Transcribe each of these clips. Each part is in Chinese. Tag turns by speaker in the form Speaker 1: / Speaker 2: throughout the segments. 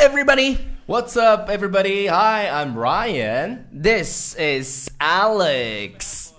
Speaker 1: everybody?
Speaker 2: What's up, everybody? Hi, I'm Ryan,
Speaker 1: This is Alex。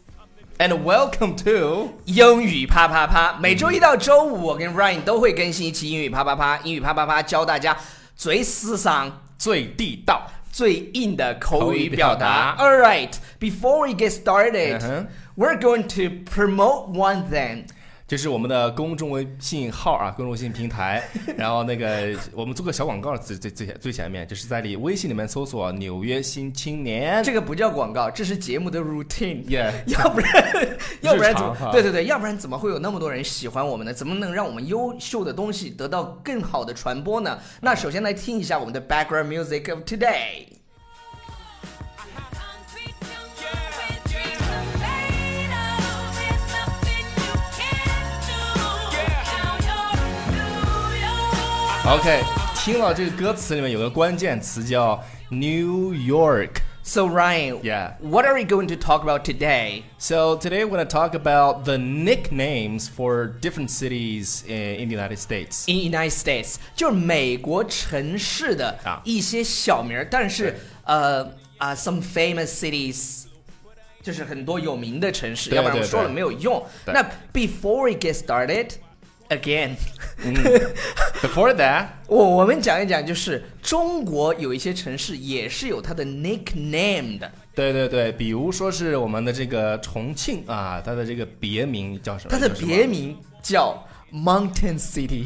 Speaker 2: and welcome to
Speaker 1: 英语啪啪啪，每周一到周五，我跟 Ryan 都会更新一期英语啪啪啪。英语啪啪啪教大家最时尚、
Speaker 2: 最地道。
Speaker 1: 最硬的口语表达。
Speaker 2: 口
Speaker 1: All right, before we get started,、
Speaker 2: 嗯哼
Speaker 1: we're going to promote one thing.
Speaker 2: 这是我们的公众微信号啊， 公众微信平台。然后那个，我们做个小广告，最最最最前面，就是在里微信里面搜索“纽约新青年
Speaker 1: 这个不叫广告，这是节目的 routine。”。
Speaker 2: 耶，
Speaker 1: 要不然，要不然怎
Speaker 2: 日常
Speaker 1: 么？
Speaker 2: 哈
Speaker 1: 对对对，要不然怎么会有那么多人喜欢我们呢？怎么能让我们优秀的东西得到更好的传播呢？那首先来听一下我们的 background music of today。
Speaker 2: OK，听到这个歌词里面有个关键词叫 New York。
Speaker 1: So Ryan,
Speaker 2: Yeah.
Speaker 1: what are we going to talk about today?
Speaker 2: So today we're going to talk about the nicknames for different cities in, in the United States.
Speaker 1: In United States，就是美国城市的
Speaker 2: 啊
Speaker 1: 一些小名儿，但是呃啊、s o m e famous cities，就是很多有名的城市，
Speaker 2: 对
Speaker 1: 要不然
Speaker 2: 对
Speaker 1: 我说了
Speaker 2: 对
Speaker 1: 没有用。
Speaker 2: 对
Speaker 1: 那 before we get started again，、
Speaker 2: Before that,
Speaker 1: 我我们讲一讲，就是中国有一些城市也是有它的 nickname 的，
Speaker 2: 对对对，比如说是我们的这个重庆啊，它的这个别名叫什么？
Speaker 1: 它的
Speaker 2: 叫什么
Speaker 1: 别名叫 Mountain City，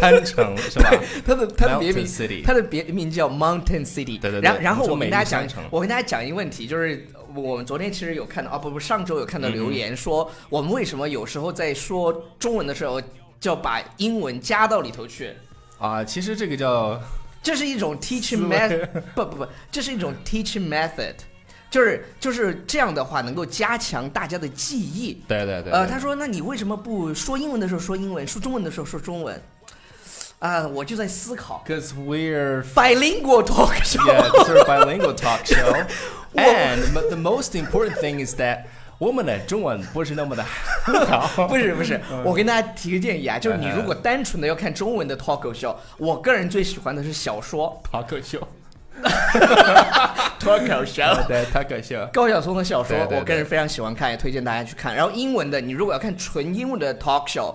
Speaker 2: 山城是吧？
Speaker 1: 它的它的别名
Speaker 2: 啊 Mountain City
Speaker 1: 它的别名叫 Mountain City。
Speaker 2: 对对对
Speaker 1: 然然后
Speaker 2: 你说
Speaker 1: 我跟
Speaker 2: 美丽
Speaker 1: 大家
Speaker 2: 山
Speaker 1: 讲
Speaker 2: 城，
Speaker 1: 我跟大家讲一个问题，就是我们昨天其实有看到啊，不不，上周有看到留
Speaker 2: 嗯
Speaker 1: 言说，我们为什么有时候在说中文的时候，就要把英文加到里头去？
Speaker 2: 啊，其实这个叫
Speaker 1: 这是一种 teaching
Speaker 2: 思维
Speaker 1: method，不不不，这是一种 teaching method，就是就是这样的话能够加强大家的记忆。
Speaker 2: 对对对
Speaker 1: 呃，
Speaker 2: 对
Speaker 1: 他说，那你为什么不说英文的时候说英文，说中文的时候说中文？啊、我就在思考
Speaker 2: Cause we're
Speaker 1: bilingual talk show，、
Speaker 2: yeah, this is a bilingual talk show,
Speaker 1: 我
Speaker 2: and but the most important thing is that 我们的中文不是那么的好。
Speaker 1: 不是不是，
Speaker 2: 嗯
Speaker 1: 我跟大家提个建议啊，就是你如果单纯的要看中文的 talk show，我个人最喜欢的是小说
Speaker 2: talk show，
Speaker 1: talk show
Speaker 2: 对 talk show，
Speaker 1: 高晓松的小说，
Speaker 2: 对对对
Speaker 1: 我个人非常喜欢看，也推荐大家去看。然后英文的，你如果要看纯英文的 talk show，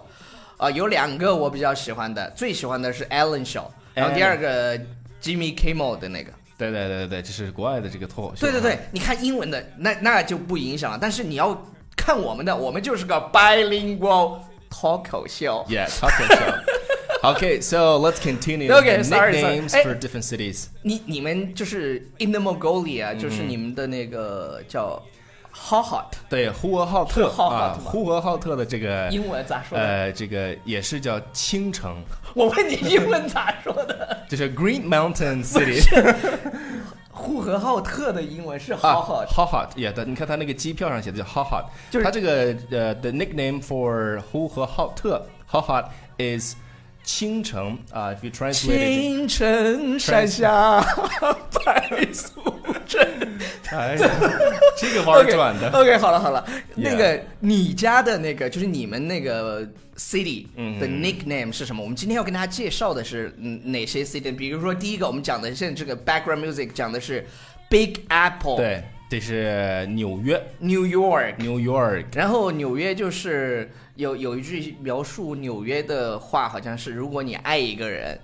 Speaker 1: 啊、有两个我比较喜欢的，最喜欢的是 Ellen Show，然后第二个 Jimmy Kimmel 的那个。
Speaker 2: 对对对对对，这是国外的这个脱口秀。
Speaker 1: 对对对，，你看英文的那那就不影响了，但是你要看我们的，我们就是个 bilingual 脱口秀。
Speaker 2: Yeah, talk show. Okay, so let's continue.
Speaker 1: Okay,
Speaker 2: the
Speaker 1: sorry, sorry.
Speaker 2: nicknames
Speaker 1: Eh.
Speaker 2: for different cities.
Speaker 1: 你你们就是 Inner
Speaker 2: 嗯
Speaker 1: Mongolia，就是你们的那个叫 h o h o t
Speaker 2: 对，呼和浩特
Speaker 1: 呼和浩特
Speaker 2: 啊，
Speaker 1: 嘛
Speaker 2: 呼和浩特的这个
Speaker 1: 英文咋说的？
Speaker 2: 呃，这个也是叫青城，
Speaker 1: 我问你英文咋说的？
Speaker 2: 就是 Green Mountain City
Speaker 1: 呼和浩特的英文是
Speaker 2: 啊
Speaker 1: how hot，、
Speaker 2: ，Hot Hot，也的，你看它那个机票上写的叫 Hot Hot，
Speaker 1: 就是
Speaker 2: 它这个呃，the nickname for 呼和浩特 Hot Hot is 青城啊，if you translate it，
Speaker 1: 青城山下白素贞。
Speaker 2: 哎呀， 这个玩儿转的
Speaker 1: o k 好了好了，
Speaker 2: Yeah
Speaker 1: 那个你家的那个就是你们那个 city 的
Speaker 2: 嗯
Speaker 1: nickname 是什么？我们今天要跟大家介绍的是嗯哪些 city？比如说第一个，我们讲的现在这个 background music 讲的是 Big Apple，
Speaker 2: 对，这是纽约
Speaker 1: ，New York。
Speaker 2: New York，
Speaker 1: 然后纽约就是有有一句描述纽约的话，好像是如果你爱一个人，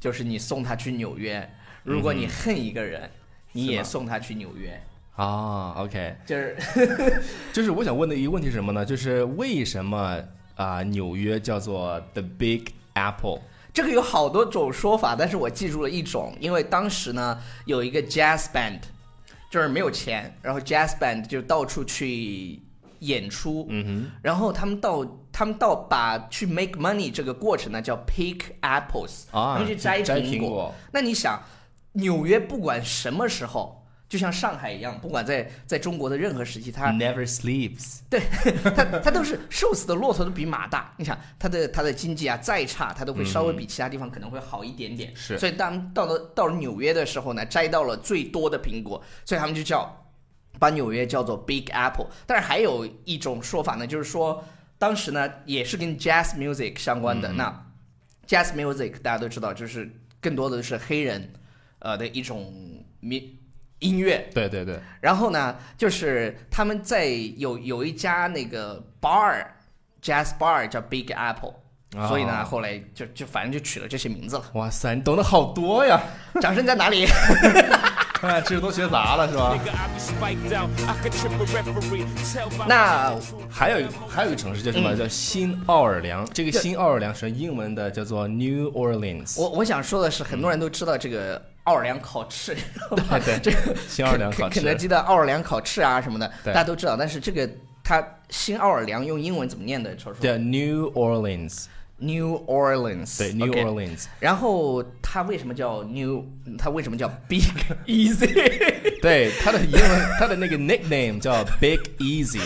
Speaker 1: 就是你送他去纽约；如果你恨一个人，你也送他去纽约。
Speaker 2: 啊，OK，
Speaker 1: 就是
Speaker 2: 就是我想问的一个问题是什么呢？就是为什么啊纽约叫做 The Big Apple？
Speaker 1: 这个有好多种说法，但是我记住了一种，因为当时呢有一个 jazz band，就是没有钱，然后 jazz band 就到处去演出，嗯哼，然后他们到他们到把去 make money 这个过程呢叫 pick apples，
Speaker 2: 啊
Speaker 1: 他们去摘
Speaker 2: 摘
Speaker 1: 苹
Speaker 2: 苹果
Speaker 1: 那你想，纽约不管什么时候，就像上海一样，不管在在中国的任何时期，它
Speaker 2: Never sleeps。
Speaker 1: 对他，他都是瘦死的骆驼都比马大。你想他的他的经济啊，再差他都会稍微比其他地方可能会好一点点。
Speaker 2: 是
Speaker 1: 所以当到了到了纽约的时候呢，摘到了最多的苹果，所以他们就叫把纽约叫做 Big Apple。但是还有一种说法呢，就是说当时呢也是跟 Jazz Music 相关的。那 Jazz Music 大家都知道，就是更多的是黑人，呃的一种民音乐。
Speaker 2: 对对对，
Speaker 1: 然后呢，就是他们在有有一家那个 bar jazz bar 叫 Big Apple，、
Speaker 2: 啊
Speaker 1: 所以呢，后来就就反正就取了这些名字了。
Speaker 2: 哇塞，你懂得好多呀！
Speaker 1: 掌声在哪 里？
Speaker 2: 哎，知识都学杂了是吧？
Speaker 1: 那
Speaker 2: 还有一还有一个城市叫什么？
Speaker 1: 嗯
Speaker 2: 叫新奥尔良。这个
Speaker 1: 对
Speaker 2: 新奥尔良是英文的，叫做 New Orleans。
Speaker 1: 我我想说的是，很多人都知道这个奥尔良烤翅，你知道吗
Speaker 2: 对对
Speaker 1: 这个
Speaker 2: 新奥尔良
Speaker 1: 肯
Speaker 2: 烤
Speaker 1: 肯肯德
Speaker 2: 翅。
Speaker 1: 基的奥尔良烤翅啊什么的，
Speaker 2: 对
Speaker 1: 大家都知道。但是这个它新奥尔良用英文怎么念的？超叔
Speaker 2: 叫 New Orleans，
Speaker 1: New Orleans，
Speaker 2: 对 New
Speaker 1: OK
Speaker 2: Orleans，
Speaker 1: 然后它为什么叫 New？它为什么叫 Big Easy？
Speaker 2: 对它的英文，它的那个 nickname 叫 Big Easy，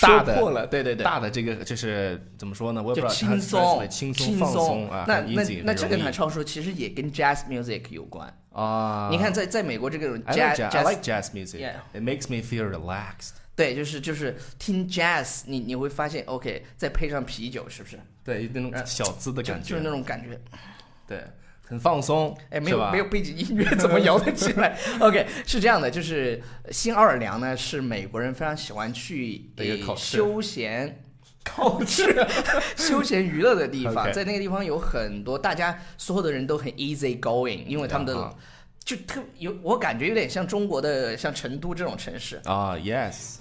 Speaker 2: 大 的
Speaker 1: 说破了，对对对，
Speaker 2: 大的这个就是怎么说呢？我也不知
Speaker 1: 就
Speaker 2: 道它
Speaker 1: 轻松
Speaker 2: translate 轻
Speaker 1: 松
Speaker 2: 放松啊，
Speaker 1: 那
Speaker 2: 很
Speaker 1: 那
Speaker 2: easy，
Speaker 1: 那
Speaker 2: 很
Speaker 1: 这个
Speaker 2: 容易
Speaker 1: 呢，超叔其实也跟 Jazz music 有关。
Speaker 2: 啊，
Speaker 1: 你看在，在美国这种
Speaker 2: I like jazz, I
Speaker 1: Jazz
Speaker 2: like jazz music.
Speaker 1: Yeah.
Speaker 2: It makes me feel relaxed.
Speaker 1: 对，就是就是听 jazz，你你会发现，OK，再配上啤酒，是不是？
Speaker 2: 对，那种小资的
Speaker 1: 嗯就
Speaker 2: 感觉，
Speaker 1: 就是那种感觉，
Speaker 2: 对，很放松。
Speaker 1: 哎，没
Speaker 2: 是
Speaker 1: 有
Speaker 2: 吧
Speaker 1: 没有背景音乐怎么摇得起来？OK，是 这样的，就是新奥尔良呢是美国人非常喜欢去
Speaker 2: 的一个
Speaker 1: 呃
Speaker 2: 考试
Speaker 1: 休 闲。考试、 休闲娱乐的地方，
Speaker 2: OK
Speaker 1: 在那个地方有很多，大家所有的人都很 easy going，因为他们的
Speaker 2: 啊
Speaker 1: 就特有，我感觉有点像中国的像成都这种城市，
Speaker 2: 啊，yes，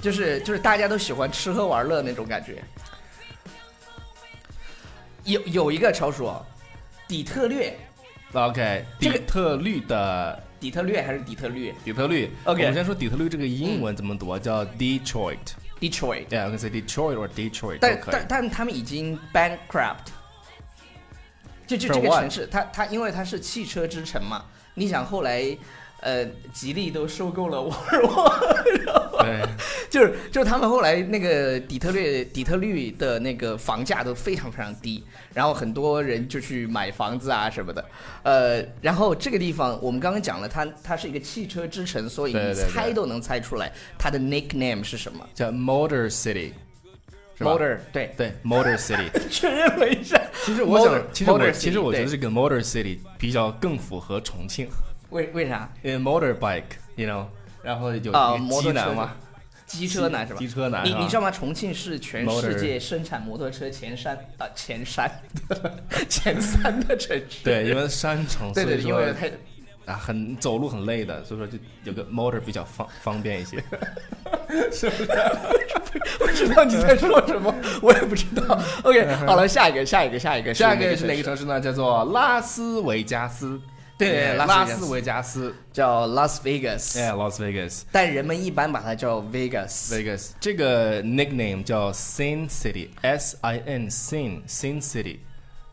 Speaker 1: 就是就是大家都喜欢吃喝玩乐那种感觉。有有一个超叔，哦底特律，
Speaker 2: OK，
Speaker 1: 这
Speaker 2: 底
Speaker 1: 个
Speaker 2: 特律的
Speaker 1: 底特律还是底特律
Speaker 2: 底特律
Speaker 1: OK
Speaker 2: 我们先说底特律这个英文怎么读啊？叫 Detroit。
Speaker 1: （Detroit），
Speaker 2: Yeah, I can say Detroit or Detroit
Speaker 1: 但
Speaker 2: 都可以
Speaker 1: 但。但他们已经 bankrupt，就就
Speaker 2: For
Speaker 1: 这个
Speaker 2: what？
Speaker 1: 城市，它它因为它是汽车之城嘛，你想后来。呃，吉利都收购了沃尔沃，
Speaker 2: 对，
Speaker 1: 就是就是他们后来那个底特律底特律的那个房价都非常非常低，然后很多人就去买房子啊什么的，呃，然后这个地方我们刚刚讲了它，它是一个汽车之城，所以
Speaker 2: 对
Speaker 1: 你
Speaker 2: 对对
Speaker 1: 猜都能猜出来它的 nickname 是什么
Speaker 2: 叫 Motor City，是吧
Speaker 1: motor 对，
Speaker 2: 对 Motor City。
Speaker 1: 确认了一下，
Speaker 2: 其实我想
Speaker 1: Motor，，
Speaker 2: 其实
Speaker 1: Motor
Speaker 2: 我
Speaker 1: City，
Speaker 2: 其实我觉得
Speaker 1: 对
Speaker 2: 这个 Motor City 比较更符合重庆，
Speaker 1: 为为啥？
Speaker 2: 因为 motorbike，you know，然后有一
Speaker 1: 啊
Speaker 2: 个
Speaker 1: 摩托车
Speaker 2: 机男嘛，
Speaker 1: 机车男是吧？
Speaker 2: 机车男啊
Speaker 1: 你
Speaker 2: 是吧
Speaker 1: 你知道吗？重庆是全
Speaker 2: Motor
Speaker 1: 世界生产摩托车前三啊前三 前三的城市。
Speaker 2: 对，因为山城，所
Speaker 1: 对对，
Speaker 2: 以
Speaker 1: 因为
Speaker 2: 说
Speaker 1: 它
Speaker 2: 啊，很走路很累的，所以说就有个 motor 比较方方便一 些。
Speaker 1: 不知道你在说什么，我也不知 道。OK，好了，下一个，下一个，下一个，
Speaker 2: 下一
Speaker 1: 个
Speaker 2: 个是哪个
Speaker 1: 城市？
Speaker 2: 城市呢？叫做拉斯维加斯。哎
Speaker 1: 对对对
Speaker 2: 拉
Speaker 1: 拉斯
Speaker 2: 维加斯。
Speaker 1: 叫 Las Vegas，
Speaker 2: 哎，Las Vegas。
Speaker 1: 但人们一般把它叫 Vegas。
Speaker 2: Vegas 这个 nickname 叫 Sin City，S I N Sin Sin City，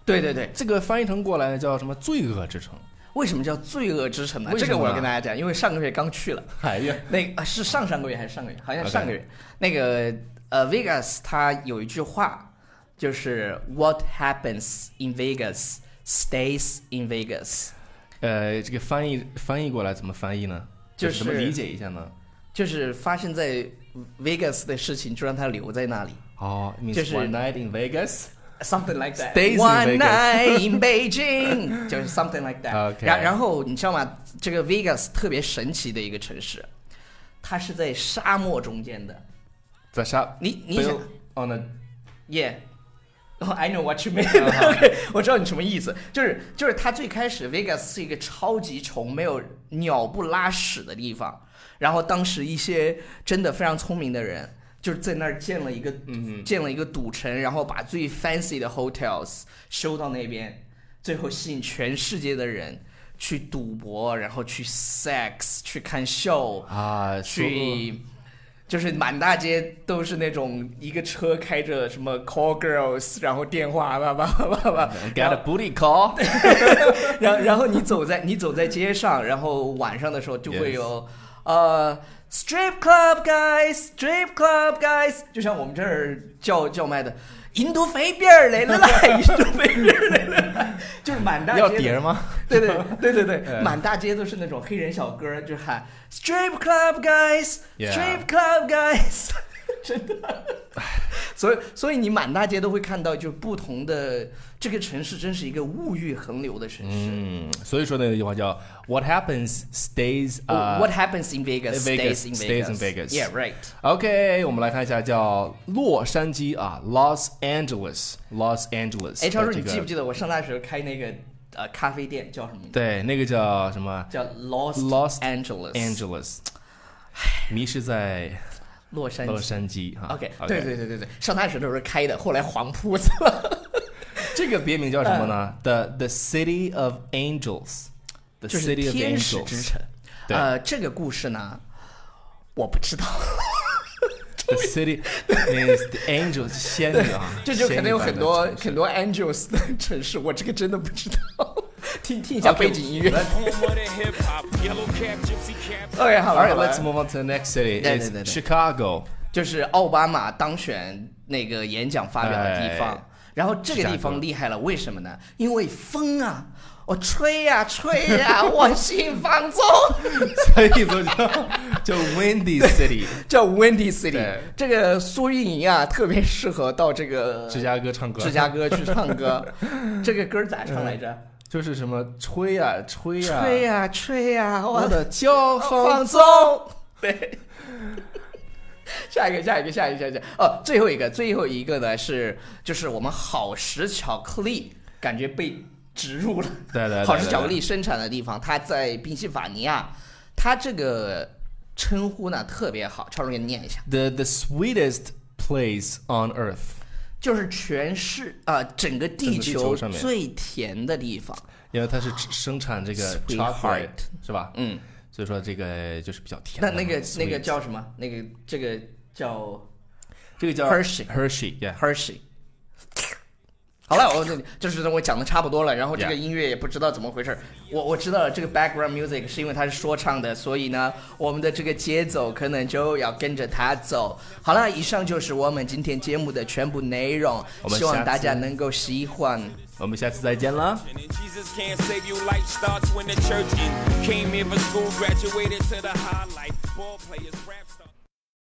Speaker 1: 对对对，
Speaker 2: 这个翻译成过来叫什么？罪恶之城。
Speaker 1: 为什么叫罪恶之城呢？
Speaker 2: 为
Speaker 1: 这
Speaker 2: 什么啊
Speaker 1: 个我要
Speaker 2: 呢
Speaker 1: 跟大家讲，因为上个月刚去了。
Speaker 2: 哎呀，
Speaker 1: 那个啊是上上个月还是上个月？好像上个月。那个呃，Vegas 它有一句话，就是 "What happens in Vegas stays in Vegas"，
Speaker 2: 呃，这个翻译翻译过来怎么翻译呢？
Speaker 1: 就是
Speaker 2: 怎么理解一下呢？
Speaker 1: 就是发生在 Vegas 的事情就让它留在那里。
Speaker 2: 哦，means
Speaker 1: 就是
Speaker 2: one night in Vegas。
Speaker 1: Something like that.
Speaker 2: Stays in
Speaker 1: One
Speaker 2: Vegas.
Speaker 1: night in Beijing，就是 something like that.
Speaker 2: Okay.
Speaker 1: 然然后你知道吗？这个 Vegas 特别神奇的一个城市，它是在沙漠中间的。
Speaker 2: 在啥？
Speaker 1: 你你想，
Speaker 2: on a
Speaker 1: Yeah. Oh, I know what you mean. OK，我知道你什么意思，就是就是它最开始 Vegas 是一个超级穷、没有鸟不拉屎的地方，然后当时一些真的非常聪明的人，就是在那儿建了一个、建了一个赌城，然后把最 fancy 的 hotels 收到那边，最后吸引全世界的人去赌博，然后去 sex，去看 show，
Speaker 2: 啊，说
Speaker 1: 去，就是满大街都是那种一个车开着什么 call girls，然后电话叭叭叭叭叭，然
Speaker 2: Got
Speaker 1: 后
Speaker 2: a booty call，
Speaker 1: 然后然后你走在你走在街上，然后晚上的时候就会有呃 strip club guys，strip club guys，就像我们这儿叫叫卖的。印度肥边儿来了 啦！印度肥边儿来了啦，就是满大街
Speaker 2: 要
Speaker 1: 都是
Speaker 2: 碟儿吗？
Speaker 1: 对对对对 对，
Speaker 2: 呃
Speaker 1: 满大街都是那种黑人小哥，就喊 strip club guys，strip club guys， 所以所以你满大街都会看到，就是不同的这个城市真是一个物欲横流的城市。
Speaker 2: 嗯，Mm, 所以说呢，有句话叫 “What happens stays”、uh,
Speaker 1: Oh, what happens in Vegas,
Speaker 2: Vegas
Speaker 1: stays in
Speaker 2: stays 嗯啊 in Vegas.
Speaker 1: Yeah, right.
Speaker 2: OK，我们来看一下叫洛杉矶啊，Los Angeles，Los Angeles
Speaker 1: 哎，
Speaker 2: 的这个。
Speaker 1: 超叔，你记不记得我上大学开那个呃咖啡店叫什么名字？
Speaker 2: 对，那个叫什么
Speaker 1: 叫 Los
Speaker 2: Los
Speaker 1: Angeles，
Speaker 2: Angeles，迷失在
Speaker 1: 洛杉
Speaker 2: 洛
Speaker 1: 矶。
Speaker 2: 杉矶哈。
Speaker 1: OK，对对对对对，上大学的时候开的，后来黄铺子了，
Speaker 2: 这个别名叫什么呢？The The City of Angels，The
Speaker 1: 就是
Speaker 2: City of
Speaker 1: 天使
Speaker 2: Angels
Speaker 1: 之。城。
Speaker 2: 对
Speaker 1: 呃，这个故事呢，我不知道，
Speaker 2: The city means the angels 仙女啊，
Speaker 1: 这就可能有很多
Speaker 2: 仙女般的城市
Speaker 1: 很多 Angels 的城市，我这个真的不知道。听听一下
Speaker 2: OK，
Speaker 1: 背景音乐。
Speaker 3: Home of the hip hop, yellow cap, gypsy cap.
Speaker 1: OK，好
Speaker 2: All
Speaker 1: 了，
Speaker 2: right,
Speaker 1: 好了
Speaker 2: let's move on to the next
Speaker 1: 对
Speaker 2: city.
Speaker 1: 对
Speaker 2: It's
Speaker 1: 对对
Speaker 2: Chicago.
Speaker 1: 就是奥巴马当选那个演讲发表的地方。
Speaker 2: 哎
Speaker 1: 然后这个地
Speaker 2: 芝加哥
Speaker 1: 方厉害了，为什么呢？因为风啊，我吹呀、吹呀、我心放 纵。
Speaker 2: 所以说叫叫 Windy City，
Speaker 1: 叫 Windy City，
Speaker 2: 对
Speaker 1: 这个苏运莹啊，特别适合到这个
Speaker 2: 芝加哥唱 歌，
Speaker 1: 芝加哥去唱 歌。这个歌儿咋唱来着？
Speaker 2: 就是什么吹呀吹哎呀
Speaker 1: 吹呀、吹呀、
Speaker 2: 我
Speaker 1: 我
Speaker 2: 的脚放
Speaker 1: 放纵。对。 下一个，下一个，下一个，下一个，哦，最后一个，最后一个呢是，就是我们好时巧克力，感觉被植入了。
Speaker 2: 对对对
Speaker 1: 好时巧克力生产的地方，它在宾夕法尼亚，它这个称呼呢特别好，超叔给你念一下，
Speaker 2: the the sweetest place on earth，
Speaker 1: 就是全市啊、整个地
Speaker 2: 整个地球
Speaker 1: 球
Speaker 2: 上面
Speaker 1: 最甜的地方。
Speaker 2: 因为它是生产这个
Speaker 1: Sweetheart
Speaker 2: chocolate 是吧？
Speaker 1: 嗯，
Speaker 2: 所以说这个就是比较甜
Speaker 1: 那
Speaker 2: 的嘛。
Speaker 1: 那个那个
Speaker 2: sweet
Speaker 1: 叫什么？那个这个叫
Speaker 2: 这个叫
Speaker 1: Hershey
Speaker 2: Hershey，yeah。
Speaker 1: Hershey。好了，我就是我讲的差不多了，然后这个
Speaker 2: Yeah.
Speaker 1: 音乐也不知道怎么回事儿。我我知道了，这个 background music 是因为它是说唱的，所以呢，我们的这个节奏可能就要跟着它走。好了，以上就是我们今天节目的全部内容
Speaker 2: 我，们
Speaker 1: 希
Speaker 2: 下
Speaker 1: 望
Speaker 2: 次
Speaker 1: 大家能够喜欢。
Speaker 2: 我们下次再见啦。
Speaker 3: And Jesus can't save you. Life starts when the church in. Came here for school, graduated to the highlight. Ball players, rap stars.